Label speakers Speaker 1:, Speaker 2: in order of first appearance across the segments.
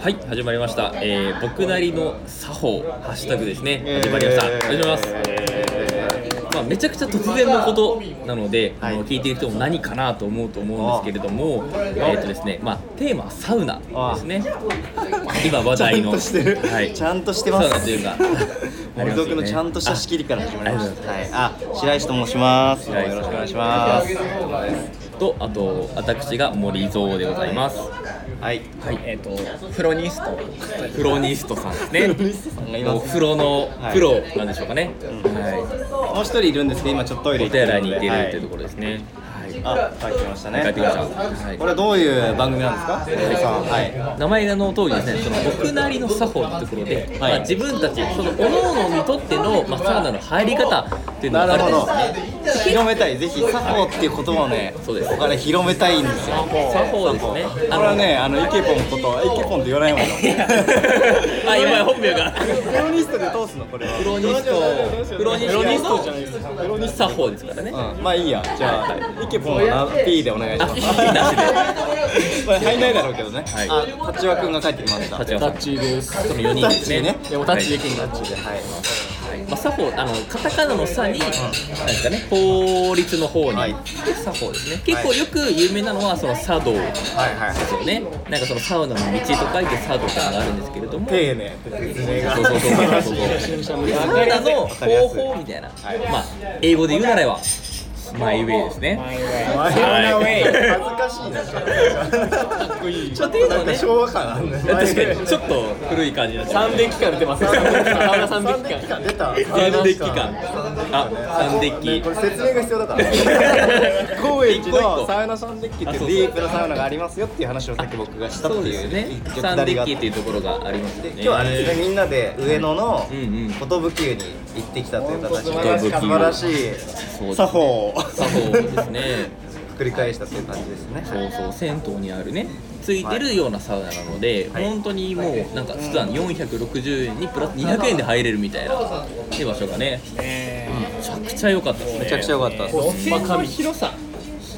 Speaker 1: はい始まりました、えー、僕なりの作法ハッシュタグですね
Speaker 2: えー
Speaker 1: 始まりました、お願いします、
Speaker 2: えー
Speaker 1: まあ、めちゃくちゃ突然のことなので、
Speaker 2: はい
Speaker 1: あの聞いてる人も何かなと思うと思うんですけれどもえっ、とですね、まあ、テーマはサウナですね今話
Speaker 2: ちゃ
Speaker 1: 題
Speaker 2: ん
Speaker 1: の
Speaker 2: としてる、
Speaker 1: はい、
Speaker 2: ちゃんとしてます
Speaker 1: サウナというか
Speaker 2: 森蔵君のちゃんとした仕切りから始まり
Speaker 1: ああ
Speaker 2: ま
Speaker 1: り
Speaker 2: し
Speaker 1: が
Speaker 2: たはい、あ、白石と申します
Speaker 1: 白石
Speaker 2: よろしくお願いします
Speaker 1: とあと私が森蔵でございます
Speaker 2: はい
Speaker 1: はいえっ、とフロニストフロニストさんですね
Speaker 2: さんがい
Speaker 1: も
Speaker 2: ま
Speaker 1: う
Speaker 2: す
Speaker 1: 風呂の
Speaker 2: はい
Speaker 1: プロなんでしょうかね、
Speaker 2: うん
Speaker 1: は
Speaker 2: もう一人いるんですけど今ちょっとトイ
Speaker 1: い、
Speaker 2: レ
Speaker 1: お
Speaker 2: 行って
Speaker 1: 手
Speaker 2: る
Speaker 1: 洗い
Speaker 2: の
Speaker 1: に
Speaker 2: で
Speaker 1: 行けるというところですね、
Speaker 2: はい、あ、帰ってきましたね
Speaker 1: 帰ってきました
Speaker 2: は
Speaker 1: はいい
Speaker 2: これはどういう番組なんですか森蔵さんはい
Speaker 1: 名前の通りですね、その僕なりの作法ってところで、まあ、自分たち、その各々にとっての、まあ、サウナの入り方っていうのが
Speaker 2: な
Speaker 1: あ
Speaker 2: る
Speaker 1: るん
Speaker 2: ほ
Speaker 1: です
Speaker 2: ど
Speaker 1: ね。
Speaker 2: 広めたい、ぜひ作法っていう言葉をね
Speaker 1: そうです
Speaker 2: ここから広めたいんですよ
Speaker 1: 作法ですね。
Speaker 2: こ れはね、あのイケポンこと、あイケポンって言わないもん
Speaker 1: あの。あ、やばい、本名が。
Speaker 2: プロニストで通すのこれは
Speaker 1: プロニスト、プロニ
Speaker 2: プロニ
Speaker 1: ス
Speaker 2: ス
Speaker 1: ト
Speaker 2: トじゃないです
Speaker 1: プロニスト作法ですからね。
Speaker 2: うん、まあいいや、じゃあ、イケポンはな P でお願いし
Speaker 1: あ、
Speaker 2: ま
Speaker 1: いい
Speaker 2: す。
Speaker 1: なしで。
Speaker 2: これ入んないだろうけどね。
Speaker 1: はい
Speaker 2: あ、立場くんが帰ってきました。
Speaker 1: 立場
Speaker 2: は
Speaker 1: さん、こ
Speaker 3: チです。
Speaker 1: の4人ですね
Speaker 2: タッ。チ
Speaker 3: いや、お立ちできんな。
Speaker 2: い。
Speaker 1: まあ、作法、あの、カタカナのさに、なんですかね、法律の方に、
Speaker 2: はい
Speaker 1: で作法ですね。結構よく有名なのは、その茶道。
Speaker 2: はいはい。
Speaker 1: ですよね。なんかそのサウナの道と書いてサウドってのがあるんですけれども、
Speaker 2: 丁寧って説明が。
Speaker 1: そうそうそうそうそうサウナの方法みたいな、まあ英語で言うならば、マイウェイですね。
Speaker 2: マイナウェイ。恥ずかしいな。かっこいい。ちょっとなんか昭和感あるね。
Speaker 1: 確かにちょっと古い感じになっちゃう。
Speaker 3: 三デッキ感出ます。三
Speaker 2: 三
Speaker 3: デ
Speaker 2: デッ
Speaker 3: ッキ
Speaker 2: キ
Speaker 3: 感。
Speaker 2: 感出た。
Speaker 1: サンデッキ感。あ、サンデッキ
Speaker 2: こ。れ説明が必要 だから。高円寺のサウナサンデッキっていうディープなサウナがありますよっていう話をさっき僕がしたって
Speaker 1: そうです
Speaker 2: いう
Speaker 1: よね。サンデッキっていうところがありますよ
Speaker 2: で
Speaker 1: ね。
Speaker 2: 今日はあれですねみんなで上野の
Speaker 1: うんうん
Speaker 2: 寿湯に行ってきたという形で
Speaker 1: 本当素
Speaker 2: 素
Speaker 1: 晴
Speaker 2: 晴
Speaker 1: ら
Speaker 2: ら
Speaker 1: し
Speaker 2: し
Speaker 1: いそう
Speaker 2: い
Speaker 1: ですね
Speaker 2: 作法を
Speaker 1: 作法ですね。
Speaker 2: 繰り返したという感じですね
Speaker 1: そうそう銭湯にあるねついてるようなサウナなので、
Speaker 2: はい
Speaker 1: 本当にもうなんか普段460円にプラス200円で入れるみたいなっていう場所がね、めちゃくちゃ良かったですね
Speaker 2: めちゃくちゃ良かったです露
Speaker 3: 露天の広さ。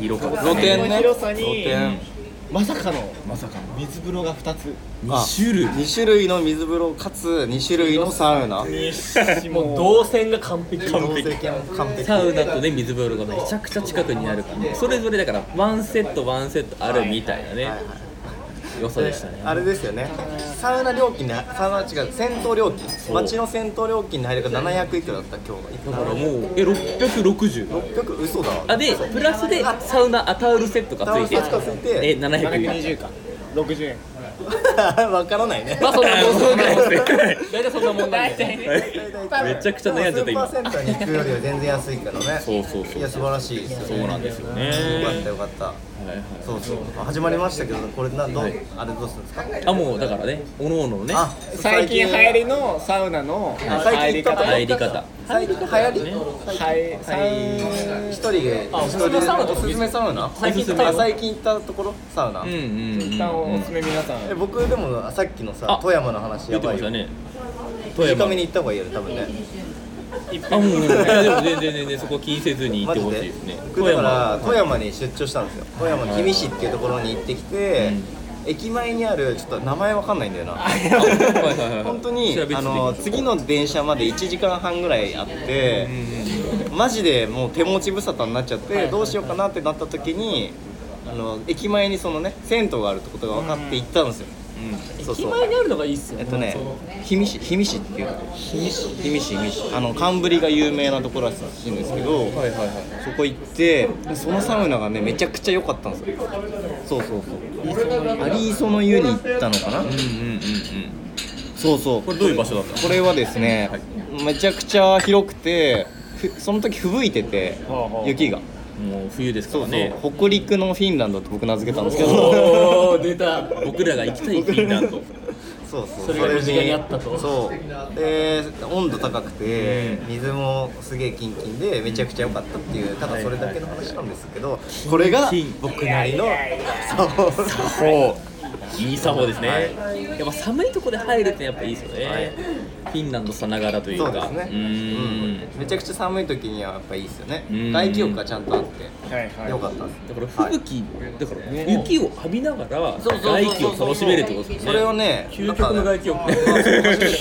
Speaker 1: 広かった
Speaker 3: 露
Speaker 2: 天ね
Speaker 3: 広さに
Speaker 2: 露天
Speaker 3: まさかの。まさかの。水風呂が二つ。
Speaker 2: あ
Speaker 1: 2種類
Speaker 2: 2種類の水風呂かつ2種類のサウナ
Speaker 3: もう動線が完璧。
Speaker 2: 同性系も完璧
Speaker 1: サウナとね水風呂がめちゃくちゃ近くにあるからそれぞれだからワンセットワンセットあるみたいなね、
Speaker 2: はいはい
Speaker 1: 良さでしたね
Speaker 2: あれですよねサウナ料金でサウナ違う銭湯料金
Speaker 1: う
Speaker 2: 町の銭湯料金で入るから700いくらだった今日
Speaker 1: だ
Speaker 2: が
Speaker 1: からもうえ660
Speaker 2: 600嘘だ
Speaker 1: あでプラスでサウナアタオルセットがついて
Speaker 2: タオルセットがついて
Speaker 1: え700円
Speaker 3: 十か。六十円。
Speaker 2: わからないね
Speaker 1: まあそんなもんぐらいですね
Speaker 3: 大体そんなもんなんで。
Speaker 1: めちゃくちゃ悩んじゃった今
Speaker 2: スーパーセンターに行くよりは全然安いからね
Speaker 1: そうそうそう
Speaker 2: いや素晴らしいですよ、ね、
Speaker 1: そうなんですよね
Speaker 2: よかったよかった
Speaker 1: はいはい
Speaker 2: そうそう始まりましたけどこれなどう、あれどうするんですか
Speaker 1: あもうだからね、おのおのね、
Speaker 2: あ
Speaker 3: 最近流行りのサウナの入り方。
Speaker 1: 入り方。
Speaker 2: 最近流行り
Speaker 3: はい。
Speaker 2: 一人で
Speaker 3: あおすすめサウナ
Speaker 2: おすすめサウナ
Speaker 1: 最近行った
Speaker 2: あ最近行ったところサウナ、
Speaker 1: うんうんうん。
Speaker 3: 一旦おすすめ皆さん。
Speaker 2: え僕でもさっきのさ
Speaker 1: あ
Speaker 2: 富山の話
Speaker 1: 出
Speaker 2: や
Speaker 1: て
Speaker 2: ば
Speaker 1: まし
Speaker 2: いよ
Speaker 1: たね。
Speaker 2: 短めに行った方がいいよね多分ね
Speaker 1: あもういやでも全然全然そこ気にせずに行っ
Speaker 2: マ
Speaker 1: て
Speaker 2: ジ
Speaker 1: ほしい
Speaker 2: で
Speaker 1: ですね。
Speaker 2: 僕だから
Speaker 1: 富
Speaker 2: 富
Speaker 1: 山
Speaker 2: 山に出張したんですよ富山の氷見市っていうところに行ってきて、駅前にあるちょっと名前わかんないんだよな
Speaker 1: はいはいはい
Speaker 2: 本当に
Speaker 1: 調べてみて
Speaker 2: あの次の電車まで1時間半ぐらいあって、マジでもう手持ち無沙汰になっちゃってどうしようかなってなった時にあの駅前にそのね銭湯があるってことが分かって行ったんですよ、そう
Speaker 3: 駅
Speaker 2: そう
Speaker 3: 前にあるのがいいっすよ
Speaker 2: えっ。とね、氷見市、氷見市っていうところ氷見市、氷見市、氷見市あの、寒ぶりが有名なところらしいんですけど、そこ行って、そのサウナがね、めちゃくちゃ良かったんですよそうそうそうアリーソの湯に行ったのかな、
Speaker 1: うんうんうんうん。
Speaker 2: そうそう
Speaker 1: こ
Speaker 2: こ
Speaker 1: れどういう場所だったの？
Speaker 2: れはですね、めちゃくちゃ広くてふその時吹雪いてて
Speaker 3: はあはあ
Speaker 2: 雪が
Speaker 1: もう冬ですか
Speaker 2: そう
Speaker 1: ら
Speaker 2: そう、
Speaker 1: ね。
Speaker 2: 北陸のフィンランドって僕名付けたんですけど
Speaker 3: おお出た。
Speaker 1: 僕らが行きたいフィンランド。
Speaker 2: そうそう
Speaker 3: それが身近にあったと
Speaker 2: そうで温度高くて水もすげえキンキンでめちゃくちゃ良かったっていうただそれだけの話なんですけどこれが僕なりのそう
Speaker 1: いい作法ですね、
Speaker 2: はい
Speaker 1: やっぱ寒いとこで入るってやっぱいいですよね、フィンランドさながらという
Speaker 2: そ
Speaker 1: か
Speaker 2: うですね
Speaker 1: うーん
Speaker 2: めちゃくちゃ寒い時にはやっぱいいですよね
Speaker 1: うん
Speaker 2: 外気浴がちゃんとあって
Speaker 3: はいはい
Speaker 2: よかったです
Speaker 1: だから吹雪、だから雪を浴びながら
Speaker 2: そうそうそうそう
Speaker 1: 外気を楽しめるってことですね
Speaker 2: それをね
Speaker 1: 究極の外気浴
Speaker 2: なんかねあそう初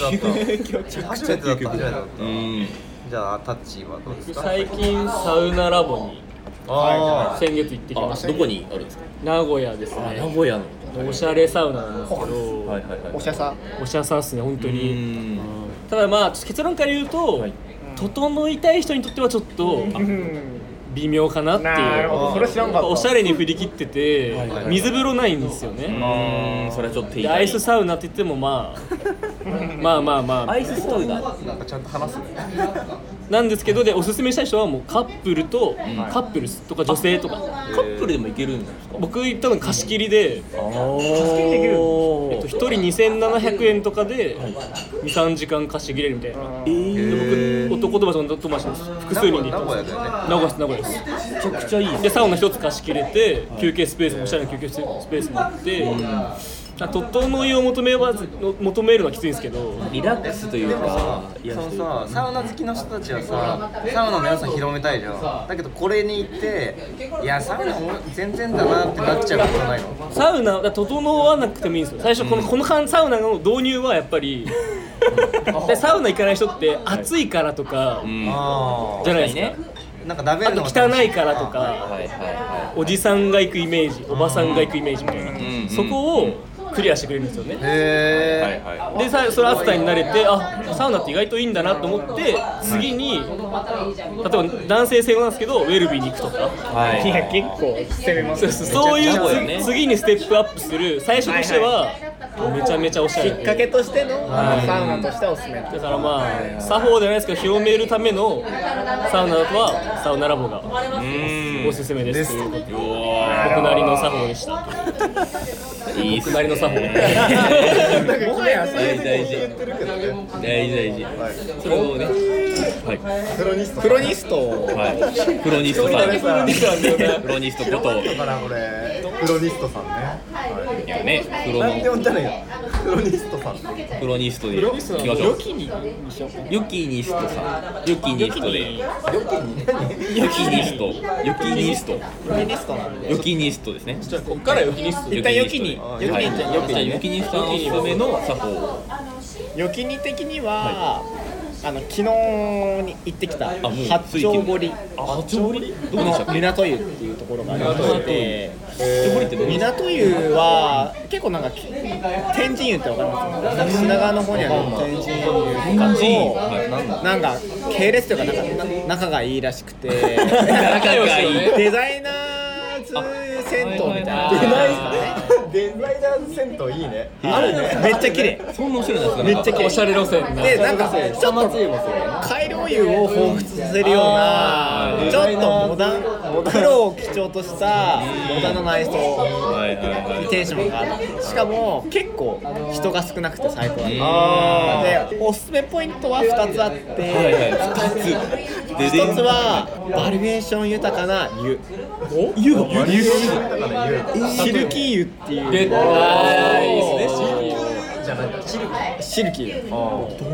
Speaker 2: めて
Speaker 3: 究極
Speaker 2: だった初めてだった初めてだっ
Speaker 1: うん
Speaker 2: たじゃあタッチはどうですか
Speaker 4: 最近サウナラボに
Speaker 2: あ
Speaker 4: 先月行ってきま
Speaker 1: あ
Speaker 4: した
Speaker 1: どこにあるんですか
Speaker 4: 名古屋です
Speaker 1: あ
Speaker 4: ね
Speaker 1: 名古屋の
Speaker 4: おしゃれサウナなんですけど、
Speaker 1: はいはいはい
Speaker 3: おしゃさ
Speaker 4: おしゃさんですね本当
Speaker 1: う
Speaker 4: に
Speaker 1: ん
Speaker 4: ただまあちょっと結論から言うと、
Speaker 1: はい
Speaker 4: 整いたい人にとってはちょっとあ
Speaker 3: うん
Speaker 4: 微妙かなって
Speaker 3: な
Speaker 4: いう
Speaker 3: るほどそれ知らんかった
Speaker 4: おしゃれに振り切ってて、
Speaker 1: はいはいはい
Speaker 4: 水風呂ないんですよね、
Speaker 1: うんそれはちょっと
Speaker 4: で
Speaker 1: 痛い
Speaker 4: アイスサウナって言ってもまあまあまあま
Speaker 1: ア
Speaker 4: あ
Speaker 1: イスサウナ
Speaker 2: なんかちゃんと話すね
Speaker 4: なんですけどでおすすめしたい人はもうカップルと、カップルスとか女性とか
Speaker 1: カップルでも行けるんですか
Speaker 4: 僕多分貸し切りで
Speaker 1: あー
Speaker 4: えっと、1人2700円とかで23時間貸し切れるみたいな
Speaker 1: えー
Speaker 4: で僕男友達と友達です複数人で
Speaker 2: 名
Speaker 4: 行ってま
Speaker 2: 古
Speaker 4: す
Speaker 2: 屋だよね
Speaker 4: 名古屋です名古屋です
Speaker 1: めちゃくちゃいいです
Speaker 4: でサウナ1つ貸し切れて休憩スペースもおしゃれな休憩スペースもあってあ整いを求めは求めるのはきついんですけど
Speaker 1: リラックスという
Speaker 2: でもさ
Speaker 1: か、いや
Speaker 2: そのさ、サウナ好きの人たちはさ、サウナの良さ広めたいじゃん。だけどこれに行って、いやサウナも全然だなってなっちゃうことないの。
Speaker 4: サウナだから整わなくてもいいんですよ最初この,、この間サウナの導入はやっぱ りでサウナ行かない人って暑いからとか
Speaker 2: あ
Speaker 4: じゃないですか、
Speaker 2: あ、なんか食べ
Speaker 4: あ
Speaker 2: るの
Speaker 4: と
Speaker 2: が
Speaker 4: 汚
Speaker 2: 楽し
Speaker 4: いからとか
Speaker 1: はいはいは
Speaker 4: おじさんが行くイメージおばさんが行くイメージみたいな、
Speaker 1: ん
Speaker 4: そこをクリアしてくれるんですよね、
Speaker 2: へ
Speaker 1: い
Speaker 2: え。
Speaker 1: はい
Speaker 4: でさその暑さに慣れてあサウナって意外といいんだなと思って次に例えば男性専用なんですけどウェルビーに行くとか
Speaker 1: はい
Speaker 3: いや結構攻めます
Speaker 4: そうそうそうい
Speaker 1: めちゃくちゃ多いよ
Speaker 4: う
Speaker 1: ね
Speaker 4: つ次にステップアップする最初としてはめちゃめちゃおしゃれ
Speaker 3: きっかけとしてのサウナとしてはおすすめ
Speaker 4: だからまあ作法じゃないですけど広めるためのサウナとはサウナラボがおすすめですということで僕なりの作法でした
Speaker 1: いいっすね
Speaker 4: 僕なりの作法
Speaker 3: なんかもはやそれ
Speaker 1: 大事
Speaker 3: で
Speaker 1: 大事大事大事、それをねはい
Speaker 3: プロニストプロニスト
Speaker 1: はいクロニストさんクロニストこと
Speaker 5: だからこれプロニストさんね。
Speaker 1: いやねプロ
Speaker 5: なんて呼
Speaker 1: の
Speaker 5: んだらいいの？プロニストさん。
Speaker 1: プロニストで行きましょうヨキニストさんヨキニストでヨキニストヨキニストヨキニストですね
Speaker 4: ここからよきにす
Speaker 1: 一
Speaker 3: 旦ヨキニ
Speaker 1: ヨキニストで
Speaker 3: ヨキニ
Speaker 1: はいじゃあヨキニストさんおすすめの作法を
Speaker 3: よきに的には、あの昨日に行ってきた
Speaker 1: もう
Speaker 3: 八丁堀
Speaker 1: あ八丁堀どうでしたっ
Speaker 3: の
Speaker 1: け
Speaker 3: 港湯っていうところがありまして
Speaker 1: 八丁堀ってどうでした
Speaker 3: 港湯は結構なんか天神湯ってわかります品川の方にある天神湯
Speaker 1: 天神湯
Speaker 3: となんか系列というかなんかな仲がいいらしくて
Speaker 1: 仲良しよね
Speaker 3: デザイナーズ銭湯みたいな
Speaker 1: あはいはい
Speaker 5: デザイナーズ銭湯いいね。
Speaker 3: あるねめっちゃ綺麗
Speaker 1: そんなおしゃれなんですか
Speaker 3: めっちゃ綺麗
Speaker 4: おしゃれ路線な
Speaker 3: でなんかちょっと改良湯を彷彿させるような
Speaker 1: あー
Speaker 3: ちょっとモダン黒を基調としたモダンな内装
Speaker 1: はいはいはい
Speaker 3: テンションがあってしかも結構人が少なくて最高だっ
Speaker 1: あ
Speaker 3: たでおすすめポイントは2つあっ
Speaker 1: ーはいはい
Speaker 3: て
Speaker 1: 二つ
Speaker 3: 1つはバリエーション豊かな湯
Speaker 1: 湯が
Speaker 5: ユーシーだからユー。
Speaker 3: シルキー湯っていう
Speaker 4: であーいいですね
Speaker 3: シルキー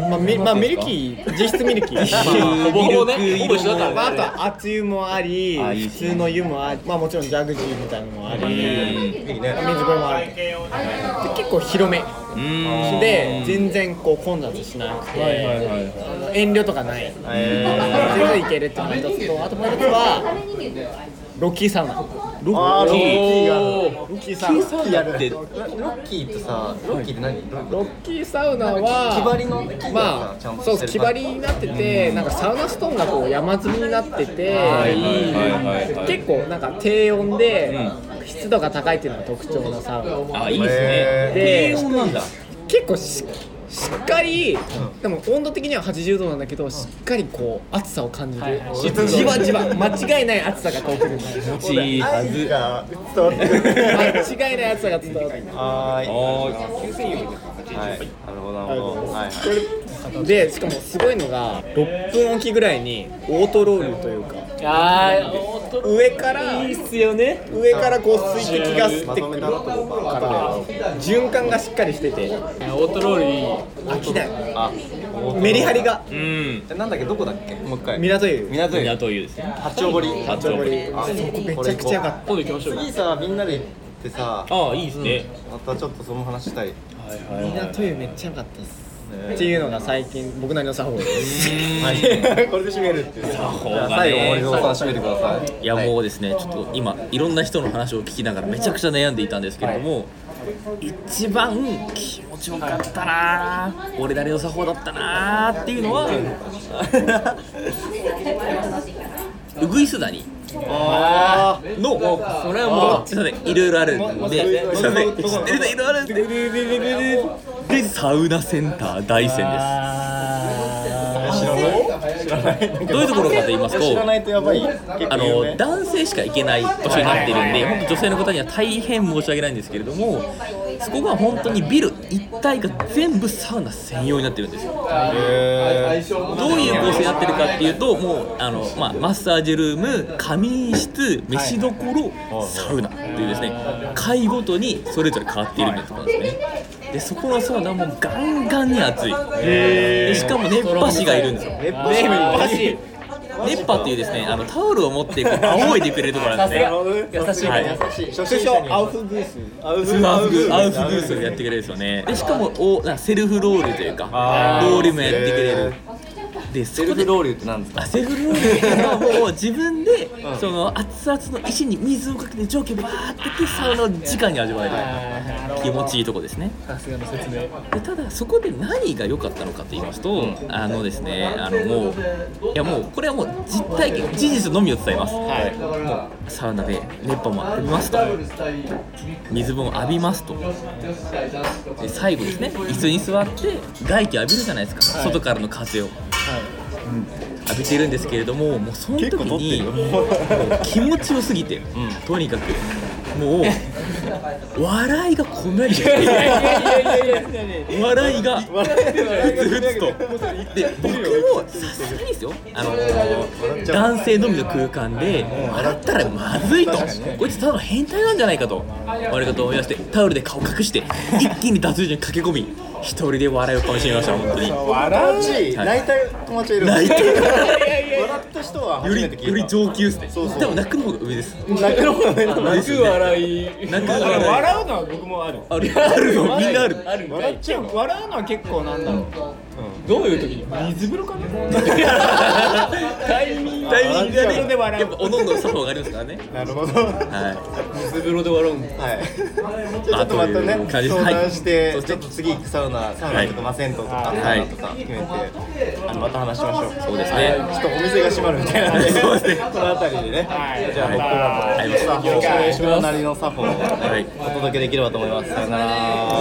Speaker 3: まあミまあミルキー実質ミ ルキー
Speaker 4: ほぼほぼねほぼ一緒だか
Speaker 3: まあ、あ
Speaker 4: らね
Speaker 3: とは熱湯もあり
Speaker 1: あいい
Speaker 3: 普通の湯もあり、まあ、もちろんジャグジーみたいなのもあり、
Speaker 5: いいね。
Speaker 3: 水風呂もあるとで結構広め
Speaker 1: うん
Speaker 3: で全然こう混雑しなくて、あの遠慮とかない全
Speaker 5: え
Speaker 3: 然行けるっていうのが一つとあともう一つはロッキーサウナ
Speaker 5: ー、あーロッキーがある。
Speaker 3: ロッキーサウナ
Speaker 5: ロッキーや
Speaker 1: って
Speaker 5: る。ロッキーってさ、ロッキーって何？どういうこと
Speaker 3: ロッキーサウナは
Speaker 5: 木張りの木がさ
Speaker 3: ま
Speaker 5: ちゃん
Speaker 3: あ
Speaker 5: と
Speaker 3: そう
Speaker 5: してる
Speaker 3: 木張りになっててなんかサウナストーンがこう山積みになってて
Speaker 1: はいはいはいはい
Speaker 3: 結構なんか低温で湿度が高いっていうのが特徴のサウナ
Speaker 1: あいいですね
Speaker 5: へー
Speaker 1: 低温なんだ
Speaker 3: 結構ししっかりでも温度的には80度なんだけどしっかりこう暑さを感じるじわじわ間違いない暑さがこう来るんだ よ
Speaker 1: チーは
Speaker 5: 愛
Speaker 1: ず
Speaker 5: が伝わってくる。
Speaker 3: 間違いない暑さが伝わる
Speaker 5: はーい。
Speaker 1: あ
Speaker 5: はい。なるほどなるほど。はいはい。
Speaker 3: でしかもすごいのが6分おきぐらいにオートロールというか
Speaker 6: あーおーっと
Speaker 3: 上から
Speaker 6: いいっすよね
Speaker 3: 上からこう水滴が吸ってくるか
Speaker 2: と思う
Speaker 3: ら循環がしっかりしてて
Speaker 6: オートロールいい
Speaker 3: 飽きない
Speaker 7: あ
Speaker 3: メリハリが
Speaker 1: うん
Speaker 2: なんだっけどこだっけ
Speaker 7: もう一回
Speaker 3: 港湯
Speaker 7: 港湯
Speaker 1: 港湯ですね
Speaker 2: 八丁堀
Speaker 1: 八丁堀
Speaker 2: あ
Speaker 3: めちゃくちゃ良かっ
Speaker 6: 今度行きましょうよ
Speaker 2: 次さみんなで行ってさ
Speaker 1: ああいいですね、
Speaker 2: またちょっとその話したいね
Speaker 3: た港湯めっちゃ良かったっすっていうのが最近僕なりの作法です
Speaker 2: はい これで締めるっていうじゃ
Speaker 1: 作法
Speaker 2: あ
Speaker 1: がね
Speaker 2: 最後森蔵さん締めてください
Speaker 1: いやもうですね、ちょっと今いろんな人の話を聞きながらめちゃくちゃ悩んでいたんですけれども、一番気持ちよかったなあ、俺なりの作法だったなあっていうのは ウグイスダニ
Speaker 2: あー
Speaker 1: のそれはもうちょっとねいろいろあるんで
Speaker 2: もう
Speaker 1: ちょっとね知ってるのいろいろあるんででサウナセンター大山
Speaker 2: 知らない知らない
Speaker 1: ですどういうところかと言いますと
Speaker 2: 知らないとやばい結構有名
Speaker 1: あの男性しか行けない場所になってるんで、本当女性の方には大変申し訳ないんですけれども、そこが本当にビル一体が全部サウナ専用になってるんですよ。どういう構成になってるかっていうと、もうあの、まあ、マッサージルーム、仮眠室、飯どころ、サウナっていうですね、階ごとにそれぞれ変わっているんですなんですね。で、そこのサウナはもうガンガンに暑い。でしかも熱波師がいるんですよ。
Speaker 2: 熱波
Speaker 1: 熱
Speaker 2: 師
Speaker 1: 波師熱波っていうですね、あのタオルを持ってこう仰いでくれるところなんですね。優しい、はい、
Speaker 2: 初心者に
Speaker 3: ウフグース
Speaker 2: アウフ
Speaker 1: アウフグアウフグースをやってくれるんですよね。でしかもおなんかセルフロールというかロールもやってくれる。でそ
Speaker 7: セル
Speaker 1: こで
Speaker 7: フロールって何ですか
Speaker 1: あセルフロールって いうのはもう自分で、その熱々の石に水をかけて蒸気をバーってってサウナを直に味わえる気持ちいいとこですね。
Speaker 6: さすがの説明
Speaker 1: でただそこで何が良かったのかと言いますと、あのですねあのもういやもうこれはもう実体験事実のみを伝えます、もうサウナで熱波も浴びますと水分を浴びますとで最後ですね椅子に座って外気浴びるじゃないですか、外からの風を、うん浴びてるんですけれどももうその時にもう気持ちよすぎて、とにかくもう笑いがこんなに出て笑いがふつふつとで僕もさすがにですよあの男性のみの空間で笑ったらまずいとこいつただの変態なんじゃないかと我々と思い出してタオルで顔隠して一気に脱衣所に駆け込み一人で笑いをかみしめました本当に
Speaker 2: 笑うし
Speaker 1: はい
Speaker 2: 泣いた友達いる
Speaker 1: 泣いてる
Speaker 2: 笑った人は
Speaker 1: よ
Speaker 2: 初めて
Speaker 1: り
Speaker 2: 聞
Speaker 1: より
Speaker 2: いた
Speaker 1: 上級っすね
Speaker 2: そうそう
Speaker 1: でも泣くの方が上です
Speaker 2: 泣くのもない
Speaker 1: 泣
Speaker 6: く笑い
Speaker 1: 泣く笑
Speaker 8: うのは僕もある
Speaker 1: いあるあるよみんなある
Speaker 6: あるんかい
Speaker 8: でも笑うのは結構なんだろう
Speaker 6: どういう時に
Speaker 8: 水風呂かね
Speaker 6: タイミング
Speaker 1: タイミングが
Speaker 8: 笑う
Speaker 1: ねやっぱおのおの作法がありますからね
Speaker 2: なるほどは
Speaker 1: はい
Speaker 6: 水風呂で笑うんだ
Speaker 2: いじゃあちょっとまた
Speaker 1: あという
Speaker 2: ね
Speaker 1: 感じです
Speaker 2: 相談して
Speaker 1: はい
Speaker 2: ちょっと次行くサウナサウナとかまあ銭湯とかサウナとか決めてあのまた話しましょう
Speaker 1: そうですね
Speaker 2: ちょっとお店が閉まるみたいなんで
Speaker 1: そうですね
Speaker 2: この辺りでねじゃあ僕らも
Speaker 1: はい
Speaker 2: 作法よろしくお願いしますなりの作法をね
Speaker 1: はい
Speaker 2: お届けできればと思いますさよなら